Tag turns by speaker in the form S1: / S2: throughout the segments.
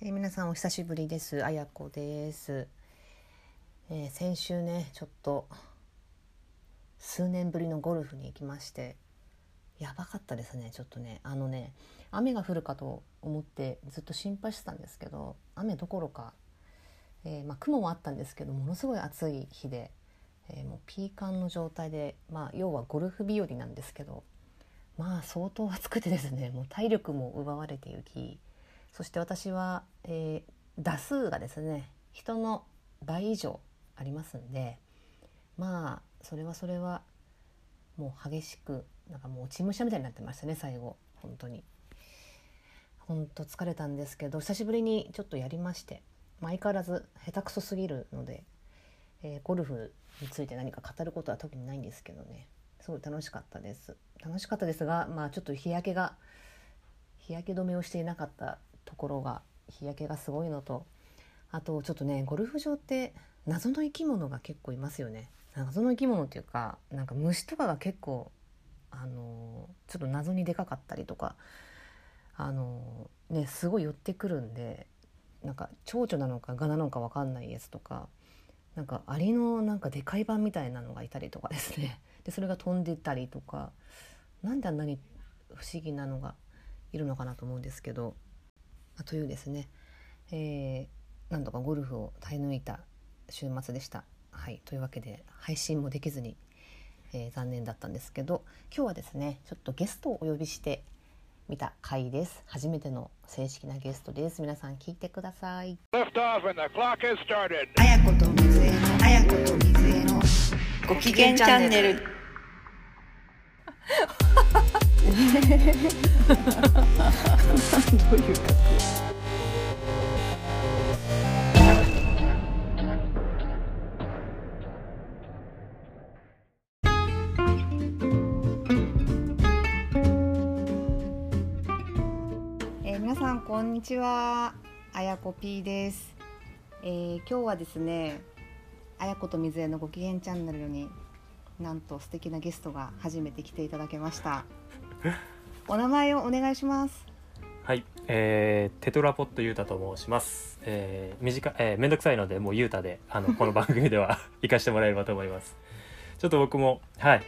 S1: えー皆さんお久しぶりです。あやこです。えー先週ね、ちょっと数年ぶりのゴルフに行きまして、やばかったですね。ちょっとね、あのね、雨が降るかと思ってずっと心配してたんですけど、雨どころか、えーまあ雲もあったんですけど、ものすごい暑い日で、えーもうピーカンの状態で、まあ要はゴルフ日和なんですけど、まあ相当暑くてですね、もう体力も奪われていき。そして私は、えー打数がですね人の倍以上ありますんでまあそれはそれはもう激しくなんかもう落ち武者みたいになってましたね最後本当に本当疲れたんですけど久しぶりにちょっとやりましてまあ相変わらず下手くそすぎるので、えーゴルフについて何か語ることは特にないんですけどねすごい楽しかったです楽しかったですがまあちょっと日焼けが日焼け止めをしていなかったところが日焼けがすごいのとあとちょっとねゴルフ場って謎の生き物が結構いますよね謎の生き物っていうかなんか虫とかが結構あのーちょっと謎にでかかったりとかあのーねすごい寄ってくるんでなんか蝶々なのかガなのか分かんないやつとかなんかアリのなんかでかい版みたいなのがいたりとかですねでそれが飛んでたりとかなんであんなに不思議なのがいるのかなと思うんですけど、まあ、というですね、えー、なんとかゴルフを耐え抜いた週末でした。はい、というわけで配信もできずに、えー残念だったんですけど今日はですねちょっとゲストをお呼びしてみた回です初めての正式なゲストです皆さん聞いてください
S2: Lift off and the clock has started.
S3: あやことみずえのあやことみずえのご機嫌チャンネル。
S1: えー皆さんこんにちはあやこ P です、えー今日はですねあやこと水江のご機嫌チャンネルになんと素敵なゲストが初めて来ていただけましたお名前をお願いします
S4: はい、えー、テトラポットユータと申します。えー、短い、えー、めんどくさいので、もうユータで、あ の、この番組では 行かしてもらえればと思います。ちょっと僕も、はい、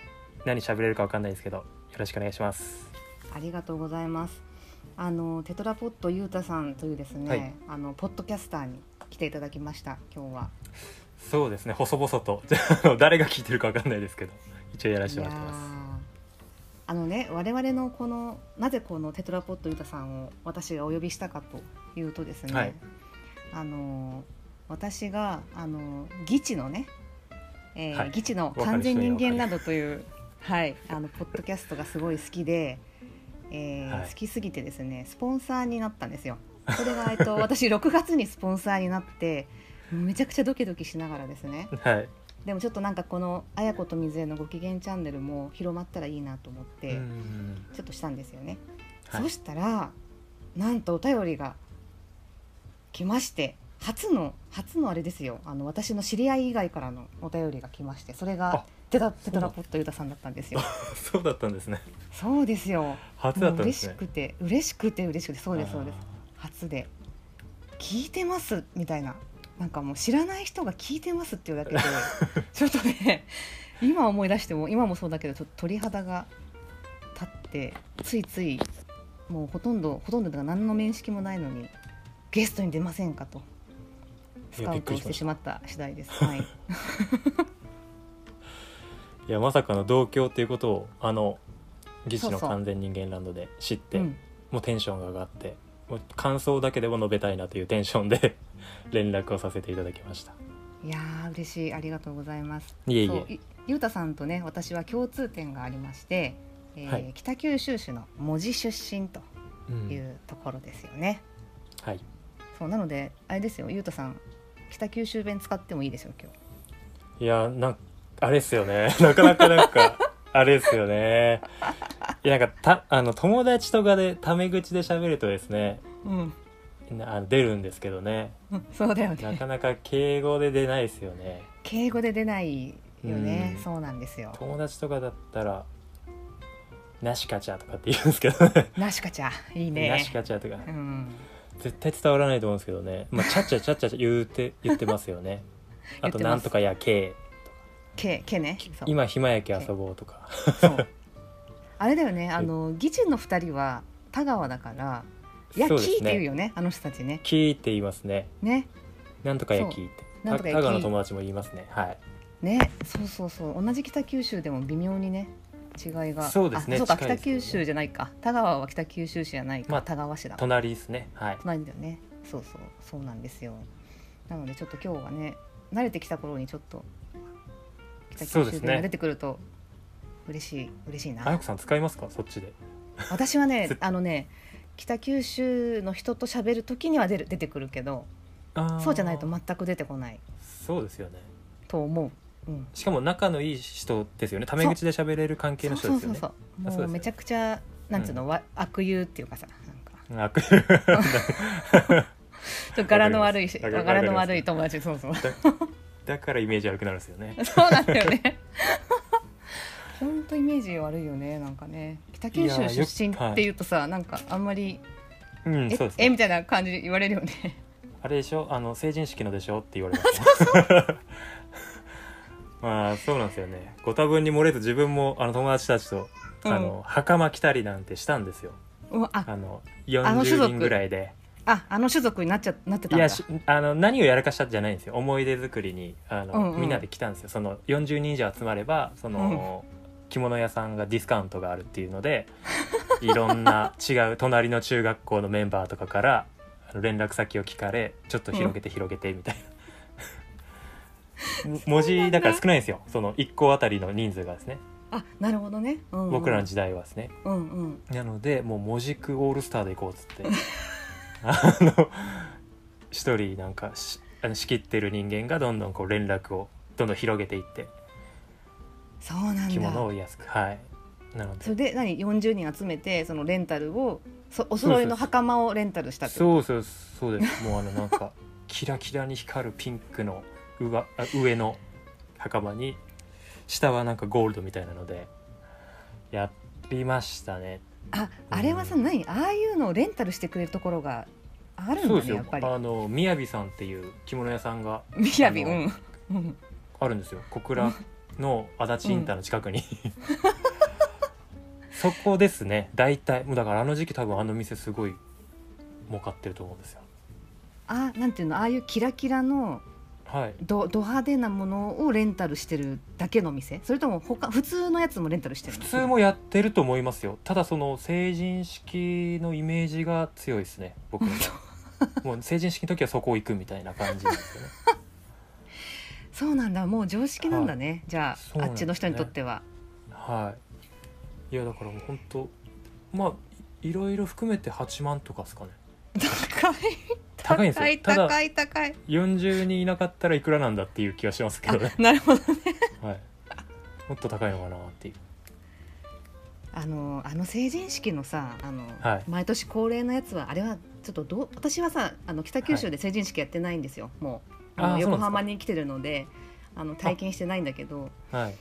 S4: 何喋れるかわかんないですけど、よろしくお願いします。
S1: ありがとうございますあのテトラポットゆうたさんというですね、
S4: はい
S1: あのポッドキャスターに来ていただきました今日は
S4: そうですね、細々と、じゃああの 誰が聞いてるかわかんないですけど、一応やらせてもらって
S1: い
S4: ま
S1: やーあのね我々のこのなぜこのテトラポットユタさんを私がお呼びしたかというとですね、
S4: はい
S1: あのー私があのー議地のね、えー
S4: はい
S1: 議地の
S4: わか
S1: 完
S4: る人
S1: 全
S4: に
S1: 人
S4: は
S1: 間
S4: わ
S1: な
S4: かる
S1: どというはいあのポッドキャストがすごい好きで、えー
S4: はい
S1: 好きすぎてですねスポンサーになったんですよ。それがえっと私6月にスポンサーになってめちゃくちゃドキドキしながらですね。
S4: す。はい。
S1: でもちょっとなんかこの「あやこと水江のご機嫌チャンネル」も広まったらいいなと思っ
S4: う
S1: て
S4: ん
S1: ちょっとしたんですよね、
S4: はい
S1: そしたらなんとお便りが来まして初の初のあれですよあの私の知り合い以外からのお便りが来ましてそれが
S4: あ
S1: テタテトラポットユタさんだったんですよ
S4: そうだったんですね。
S1: そうですよ
S4: 初
S1: も
S4: だっ
S1: う
S4: たんで
S1: 嬉
S4: す
S1: し
S4: ね。
S1: くて嬉しくて嬉しくてそうですそうです
S4: あ
S1: 初で「聞いてます」みたいななんかもう知らない人が聞いてますっていう だけでちょっとね今思い出しても今もそうだけどちょっと鳥肌が立ってついついもうほとんどほとんどだから何の面識もないのにゲストに出ませんかと
S4: い
S1: ス
S4: や
S1: カ
S4: び
S1: ウ
S4: っ
S1: ト
S4: く
S1: を
S4: り
S1: し
S4: してま
S1: し
S4: した
S1: まった次第です。はい、
S4: いや、まさかの同居っていうことを、あの、技師
S1: そ
S4: の
S1: うそう
S4: 完全人間ランドで知って、
S1: うん
S4: もうテンションが上がってもう感想だけでも述べたいなというテンションで連絡をさせていただきました
S1: いやー嬉しいありがとうございます。
S4: いえいえ
S1: そうゆうたさんとね私は共通点がありまして、えー
S4: はい
S1: 北九州市の門司出身と
S4: うん
S1: いうところですよね。
S4: はい
S1: そうなのであれですよゆうたさん北九州弁使ってもいいですよ今日。
S4: いやなんあれですよね なかなかなんかあれですよねいやなんかたあの友達とかでタメ口で喋るとですね
S1: うん、
S4: なあの出るんですけどね
S1: そうだよ
S4: な
S1: ね。
S4: かなか敬語で出ないですよね
S1: 敬語で出ないよね。
S4: うん
S1: そうなんですよ。
S4: 友達とかだったら「なしかちゃ」とかって言うんですけどね
S1: なしかちゃんいい
S4: 「
S1: ね。
S4: なしかちゃ」とか
S1: うん。
S4: 絶対伝わらないと思うんですけどね、まあ、ちゃっちゃちゃっちゃ言 うて言ってますよねあと「
S1: 言ってます
S4: なんとかやけ」
S1: けけね
S4: 「
S1: そう
S4: 今暇やけ遊ぼう」とか
S1: そうあれだよねあの義人の二人は田川だから「やき」
S4: そう
S1: っ
S4: で
S1: て
S4: す
S1: 言う
S4: ね
S1: よねあの人たちね
S4: 「き」って言いますね
S1: ね
S4: 「なんとかやき」って
S1: そうなん
S4: た
S1: とかやき
S4: タガの友達も言いますねはい
S1: ねそうそうそう同じ北九州でも微妙にね違いが
S4: そうですね
S1: あそうか
S4: 近いで
S1: 北
S4: すけど
S1: 九
S4: ね
S1: 州じゃないか田川は北九州市じゃないか、
S4: まあ
S1: 田川市だから
S4: 隣ですねはい
S1: ないんだよねそうそうそうなんですよなのでちょっと今日はね慣れてきた頃にちょっと北
S4: そう
S1: 九
S4: で
S1: 州
S4: す
S1: 弁が
S4: ね
S1: 出てくると嬉しい嬉しい
S4: あや
S1: な
S4: こさん使いますかそっちで
S1: 私はね
S4: 絶
S1: あのね北九州の人と喋る時には出る出てくるけど
S4: あー
S1: そうじゃないと全く出てこない
S4: そうですよね
S1: と思う、うん、
S4: しかも仲のいい人ですよねタメ口で喋れる関係の人
S1: そう
S4: で
S1: そ
S4: す
S1: う
S4: よ
S1: そうそ
S4: ね
S1: う
S4: あそう
S1: もう
S4: ですよね
S1: めちゃくちゃなんつうの、わ悪友っていうかさなんか
S4: あく
S1: ち
S4: だ
S1: ょっと柄の悪いし
S4: わかります
S1: 柄の悪い友達そうそう
S4: だからイメージ悪くなるんですよね
S1: そうなんだよね。 本当イメージ悪いよねなんかね北九
S4: いや
S1: 州
S4: よく
S1: 出身っていうとさ、なんかあんまり
S4: うん
S1: え,、
S4: そうです
S1: えみ
S4: ね
S1: たいな感じで言われるよね
S4: あれでしょあの成人式のでしょって言われますね まあそうなんですよねご多分に漏れず自分もあの友達たちとあの、袴着たりなんてしたんですよ
S1: うんうわあ
S4: あの
S1: あの種
S4: 40
S1: 族
S4: 人ぐらいで
S1: ああの種族になっちゃなってたん
S4: い
S1: だ
S4: やしあの何をやらかしたんじゃないんですよ思い出作りにあの、
S1: うんうん
S4: みんなで来たんですよその40人以上集まればその、着物屋さんがディスカウントがあるっていうので いろんな違う隣の中学校のメンバーとかからあの連絡先を聞かれちょっと広げて広げてみたいな、文字だから少ないんですよその1校あたりの人数がですね、
S1: あなるほどね、うんうん
S4: 僕らの時代はですね
S1: うんうん
S4: なのでもう文字クオールスターで行こうっつって あの一人なんかしあの仕切ってる人間がどんどんこう連絡をどんどん広げていって
S1: そうなん
S4: 着
S1: だ
S4: 物を安くはいなの
S1: そ
S4: で
S1: れで何40人集めてそのレンタルをそお揃いの袴をレンタルしたって
S4: そうそうそうですもうあのなんか キラキラに光るピンクの上あ上の袴に下はなんかゴールドみたいなのでやりましたね
S1: ああれはさ
S4: うん
S1: 何ああいうのをレンタルしてくれるところがあるん
S4: そ
S1: だ
S4: うです
S1: ね
S4: よ
S1: やっぱり
S4: あのみやびさんっていう着物屋さんが
S1: みやび
S4: あ
S1: う
S4: の
S1: んうん
S4: あるんですよ小倉の足立インターの近くに、 そこですね大体もうだからあの時期多分あの店すごい儲かってると思うんですよ
S1: あなんていうのああいうキラキラの
S4: はい
S1: どド派手なものをレンタルしてるだけの店それとも他普通のやつもレンタルしてる
S4: 普
S1: の
S4: 通もやってると思いますよただその成人式のイメージが強いですね僕の場合もう成人式の時はそこ行くみたいな感じなんですよね
S1: そうなんだもう常識なんだね、じゃあ、
S4: そうな
S1: あ
S4: んです
S1: っち
S4: ね
S1: の人にとっては
S4: はいいやだからもう本当まあいいろいろ含めて8万とかですかね
S1: 高い
S4: 高いんですよ
S1: 高い
S4: ただ
S1: 高い高い
S4: 40人いなかったらいくらなんだっていう気はしますけどね
S1: なるほど
S4: はい、もっと高いのかなっていう
S1: あのあの成人式のさあの、
S4: はい
S1: 毎年恒例のやつはあれはちょっとどう私はさあの北九州で成人式やってないんですよ、もうあの
S4: あーそうなんですか
S1: 横浜に来てるのであの体験してないんだけど
S4: はい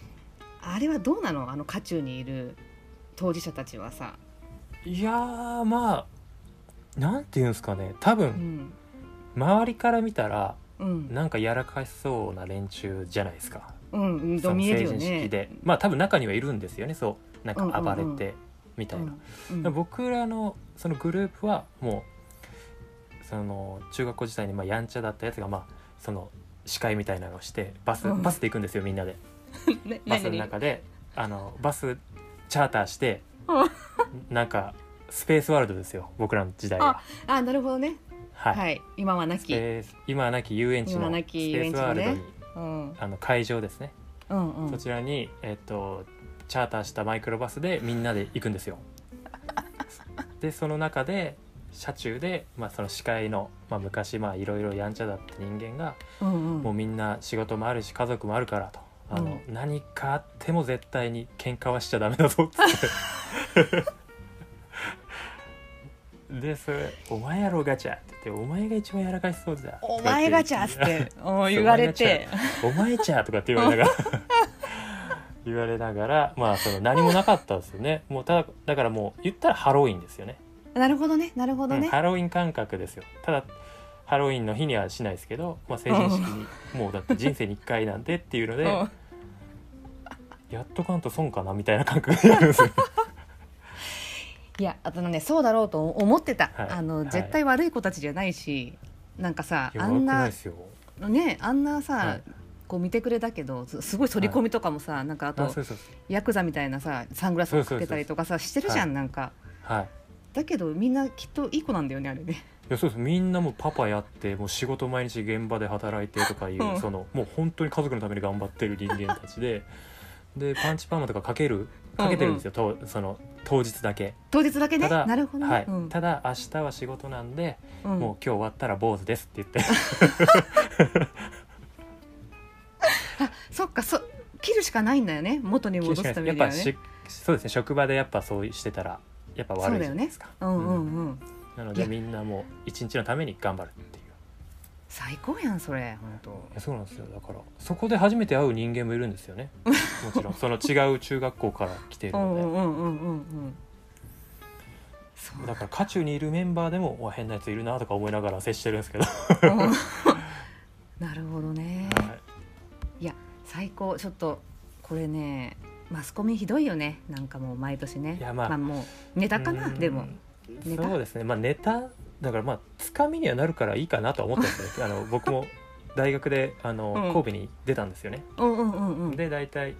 S1: あれはどうなのあの渦中にいる当事者たちはさ、
S4: いやーまあなんていうんですかね多
S1: う
S4: 分
S1: ん
S4: 周りから見たら
S1: うん、
S4: なんかやらかしそうな連中じゃないですか
S1: うん、うん、
S4: その
S1: 見える
S4: 成
S1: よ
S4: 人式
S1: ね。
S4: で、まあ多分中にはいるんですよねそうなんか暴れ
S1: うんうんう
S4: てみたいな、
S1: うんうん
S4: で僕らのそのグループはもうその中学校時代にまあやんちゃだったやつがまあその司会みたいなのをしてバス
S1: うん
S4: バスで行くんですよみんなで
S1: ね
S4: バスの
S1: 何々
S4: 中であのバスチャーターして
S1: うん
S4: なんかスペースワールドですよ僕らの時代は、
S1: あ、なるほどね。
S4: はい
S1: はい、今はな
S4: ス
S1: き。
S4: ペース今はなき遊園地
S1: 今は
S4: のスペ
S1: なき遊
S4: ー
S1: 園
S4: ス
S1: 地の
S4: ワールドに、
S1: ねうん、うん、
S4: あの会場ですね、
S1: うん
S4: そ。ちらに、えっと、チャーターしたマイクロバスでみんなで行くんですよでその中で車中で、まあ、その司会の、まあ、昔まあいろいろやんちゃだった人間が、
S1: うん、う。
S4: もうんみんな仕事もあるし家族もあるからとあの、何かあっても絶対に喧嘩はしちゃダメだぞっつって でそれ「お前やろガチャ」って言って「お前が一番やらかしそうだ」
S1: お前がちゃっつって、 お言われて。
S4: 「お前ちゃ」とかって言われながら 言われながらまあその何もなかったんですよねもうただだからもう言ったらハロウィンですよね
S1: なるほどねなるほど
S4: うん
S1: ね、
S4: ハロウィン感覚ですよただハロウィンの日にはしないですけど、まあ、成人式にもうだって人生に1回なんでっていうので、
S1: うん
S4: やっとかんと損かなみたいな感覚でやるんですよ
S1: いやあとねそうだろうと思ってた、
S4: はい
S1: あの
S4: はい
S1: 絶対悪い子たちじゃないしなんかさ あ
S4: 弱く
S1: ん
S4: ない
S1: な
S4: ですよ
S1: ねあんなさ、
S4: はい
S1: こう見てくれだけどすすごい取り込みとかもさ、なんかあ
S4: あ
S1: と
S4: そうそうそう
S1: ヤクザみたいなさサングラスをかけたりとかさしてるじゃん、
S4: は
S1: なんか
S4: はい
S1: だけどみんなきっといい子なんだよねあれね
S4: いやそうですみんなもうパパやってもう仕事毎日現場で働いてとかいう、
S1: うん
S4: そのもう本当に家族のために頑張ってる人間たちで でパンチパーマとかかけるかけてるんですよ、とその当日だけ
S1: 当日だけね
S4: ただ
S1: なるほどね、
S4: はい
S1: うん
S4: ただ明日は仕事なんで、
S1: うん
S4: もう今日終わったら坊主ですって言って
S1: そっかそ切るしかないんだよね元に 戻すため
S4: やっ
S1: には
S4: ぱ
S1: ね
S4: しそうですね職場でやっぱそうしてたらやっぱ悪いじゃないですか
S1: うんう
S4: うん
S1: んうん
S4: ないので
S1: や
S4: みんなもう一日のために頑張るっていう
S1: 最高やんそれ本当
S4: いやそうなんですよだからそこで初めて会う人間もいるんです よねもちろんその違う中学校から来てる
S1: うんうん
S4: の
S1: うんうんうんうんそ
S4: でだから渦中にいるメンバーでもうわ変なやついるなとか思いながら接してるんですけど、は
S1: ううん なるほどね
S4: い
S1: 最高ちょっとこれねマスコミひどいよねなんかもう毎年ね
S4: いやまあ
S1: もうネタかな
S4: うん
S1: でもネタ
S4: そうですねまあネタだからまあつかみにはなるからいいかなとは思ったんですねあの僕も大学であの、
S1: うん
S4: 神戸に出たんですよね
S1: うんうんうんうん
S4: で大体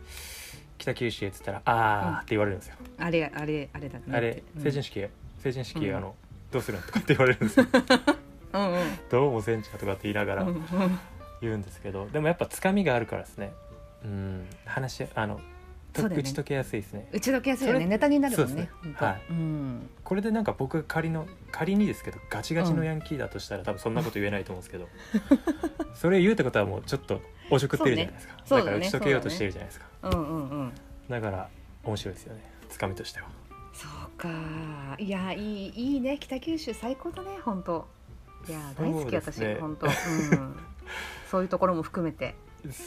S4: 北九州へっつったら「あ
S1: うん
S4: ー」って言われるんですよ、
S1: あれあれあれだね
S4: あれ成人式へ成人式へ、あのどうするのとかって言われるんで すよ
S1: うんうん
S4: どうもせんちかとかって言いなが
S1: う
S4: ら
S1: んうん
S4: 言うんですけどでもやっぱつかみがあるからですねうん話あのと
S1: そうだよ
S4: 打
S1: ね
S4: ち解けやすいですね
S1: 打ち解けやすいよ
S4: そ
S1: ね
S4: れ
S1: ネタになるも
S4: そ
S1: ん
S4: うで
S1: ね
S4: すね
S1: 本当
S4: はい
S1: うん
S4: これでなんか僕が仮の仮にですけどガチガチのヤンキーだとしたら、多分そんなこと言えないと思うんですけど それ言うってことはもうちょっとおちょくってるじゃないですか
S1: そうねそう
S4: だから
S1: だ
S4: 打
S1: ね
S4: ち解けようとしてるじゃないですか
S1: うんうんうん
S4: だ,、から面白いですよねつかみとしては
S1: そうかいやいいいいね北九州最高だね本当いや
S4: そう
S1: 大好き
S4: です
S1: 私、
S4: ね
S1: 本当、うん、そういうところも含めて、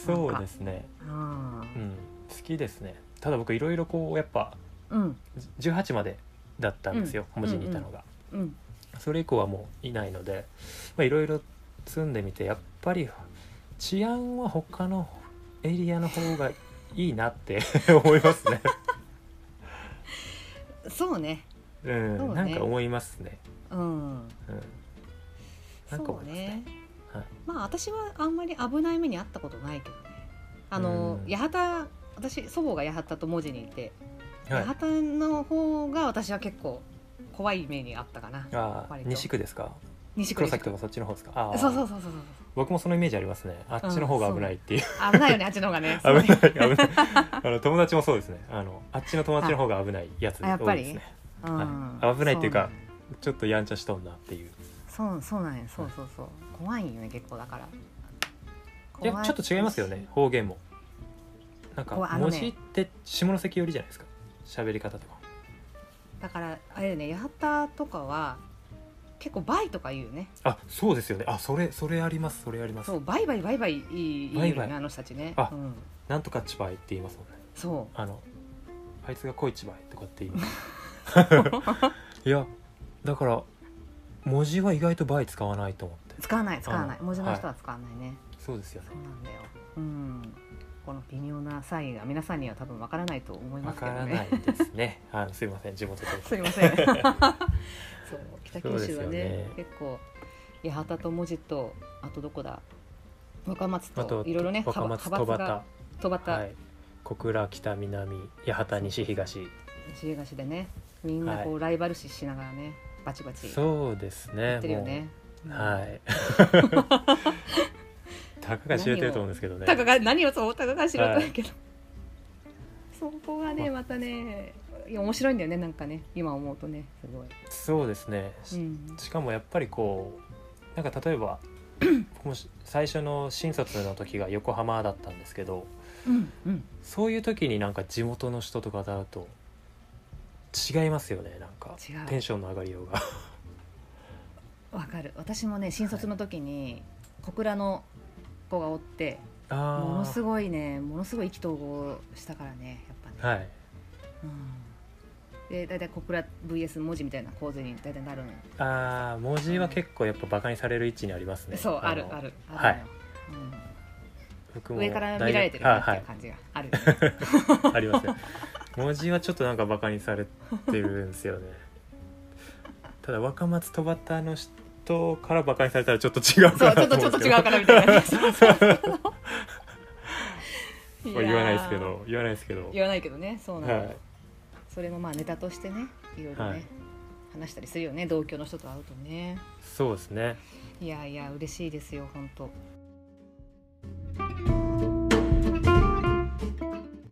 S4: そうですね
S1: うん
S4: うん好きですねただ僕いろいろこうやっぱ
S1: うん
S4: じ18までだったんですよ、
S1: うん
S4: 文字にいたのが、
S1: うん
S4: それ以降はもういないのでまあいろいろ積んでみてやっぱり治安は他のエリアの方がいいなって 思いますね、
S1: そうね
S4: う
S1: そ
S4: ん、
S1: うね
S4: なんか思いますね、
S1: うん
S4: うん、なんか
S1: そ
S4: 思
S1: う
S4: います
S1: ね
S4: ねはい
S1: まあ私はあんまり危ない目にあったことないけどねあの、
S4: うん
S1: 八幡私祖母が八幡と文字にいて、
S4: はい
S1: 八幡の方が私は結構怖い目にあったかな
S4: あー
S1: 割と
S4: 西区ですか
S1: 西区
S4: 黒
S1: です
S4: 崎とかそっちの方ですかあー
S1: そうそうそうそうそう
S4: 僕もそのイメージありますねあっちの方が危ないっていう,、
S1: 危ないよねあっちの方がね
S4: 危ない危ないあの友達もそうですねあのあっちの友達の方が危ないやつ
S1: あやっぱ
S4: 多い
S1: り
S4: ですね
S1: うん
S4: はい危ないっていうかちょっとやんちゃしとんなっていう
S1: そうそうなんやそうそうそう怖いよね結構だから
S4: いやちょっと違いますよね方言もなんか
S1: 怖いあの
S4: 文
S1: ね
S4: 字って下関寄りじゃないですか喋り方とか
S1: だからあれよね八幡とかは結構バイとか言うよね
S4: あそうですよねあそれそれありますそれあります
S1: そうバイバイバイバイ言うよね
S4: バイバイ
S1: あの人たちね
S4: あ
S1: うん、
S4: なんとかちばいって言いますもんね
S1: そ
S4: あのあいつが恋ちばいとかって言いま すいやだから文字は意外と倍使わないと思って
S1: う使わない使わない
S4: あ
S1: 文字の人は使わないね、
S4: そうですよね
S1: そうなんだようんこの微妙な差異が皆さんには多分わからないと思い
S4: わ
S1: ますけ
S4: か
S1: ど
S4: らな
S1: ね
S4: いですねあのすいません地元です
S1: すいませんそう北九州は
S4: そう
S1: ね
S4: ですよね
S1: 結構八幡と文字とあとどこだ若松
S4: あ
S1: と
S4: と
S1: いろいろね
S4: 若松戸
S1: が
S4: 端
S1: 戸端、
S4: はい小倉北南八幡西東
S1: 知恵菓子でねみんなこうライバル視しながらねバチバチや
S4: そうですね
S1: ってるよね。
S4: もう はい。たかが知れてると思うんですけどね。
S1: たかが何をそうたかが知らな
S4: はいい
S1: けど、そこがねまたねいや面白いんだよねなんかね今思うとねすごい。
S4: そうですね。
S1: うん
S4: しかもやっぱりこうなんか例えば僕もし最初の新卒の時が横浜だったんですけど、
S1: うんうん
S4: そういう時になんか地元の人とかだと違いますよね。なんか
S1: 違う
S4: テンションの上がりようが。
S1: わかる私もね新卒の時に小倉の子がおって
S4: あ
S1: ものす
S4: ご
S1: ごいねものすごい意気投合したからねやっぱね。
S4: はい。
S1: うんで大体小倉 VS 文字みたいな構図に大体なるのよ、
S4: ああ文字は結構やっぱバカにされる位置にありますね
S1: そうある
S4: の
S1: ある
S4: は
S1: あ
S4: い
S1: るのよ
S4: 僕
S1: うん、
S4: も
S1: 上から見られてるな
S4: あ
S1: って
S4: はいいう
S1: 感じがある、
S4: ありますね文字はちょっとなんかバカにされてるんですよねただ若松戸端の人からバカにされたらちょっと違う
S1: そ
S4: か
S1: うちょ
S4: な
S1: っとちょっと違う
S4: か
S1: からみたいないやー
S4: 言わないですけど言わないですけど
S1: 言わないけどねそうなのよ、
S4: はい
S1: それもまあネタとしてねいろいろね、
S4: はい
S1: 話したりするよね同居の人と会うとね
S4: そうですね
S1: いやいや嬉しいですよ本当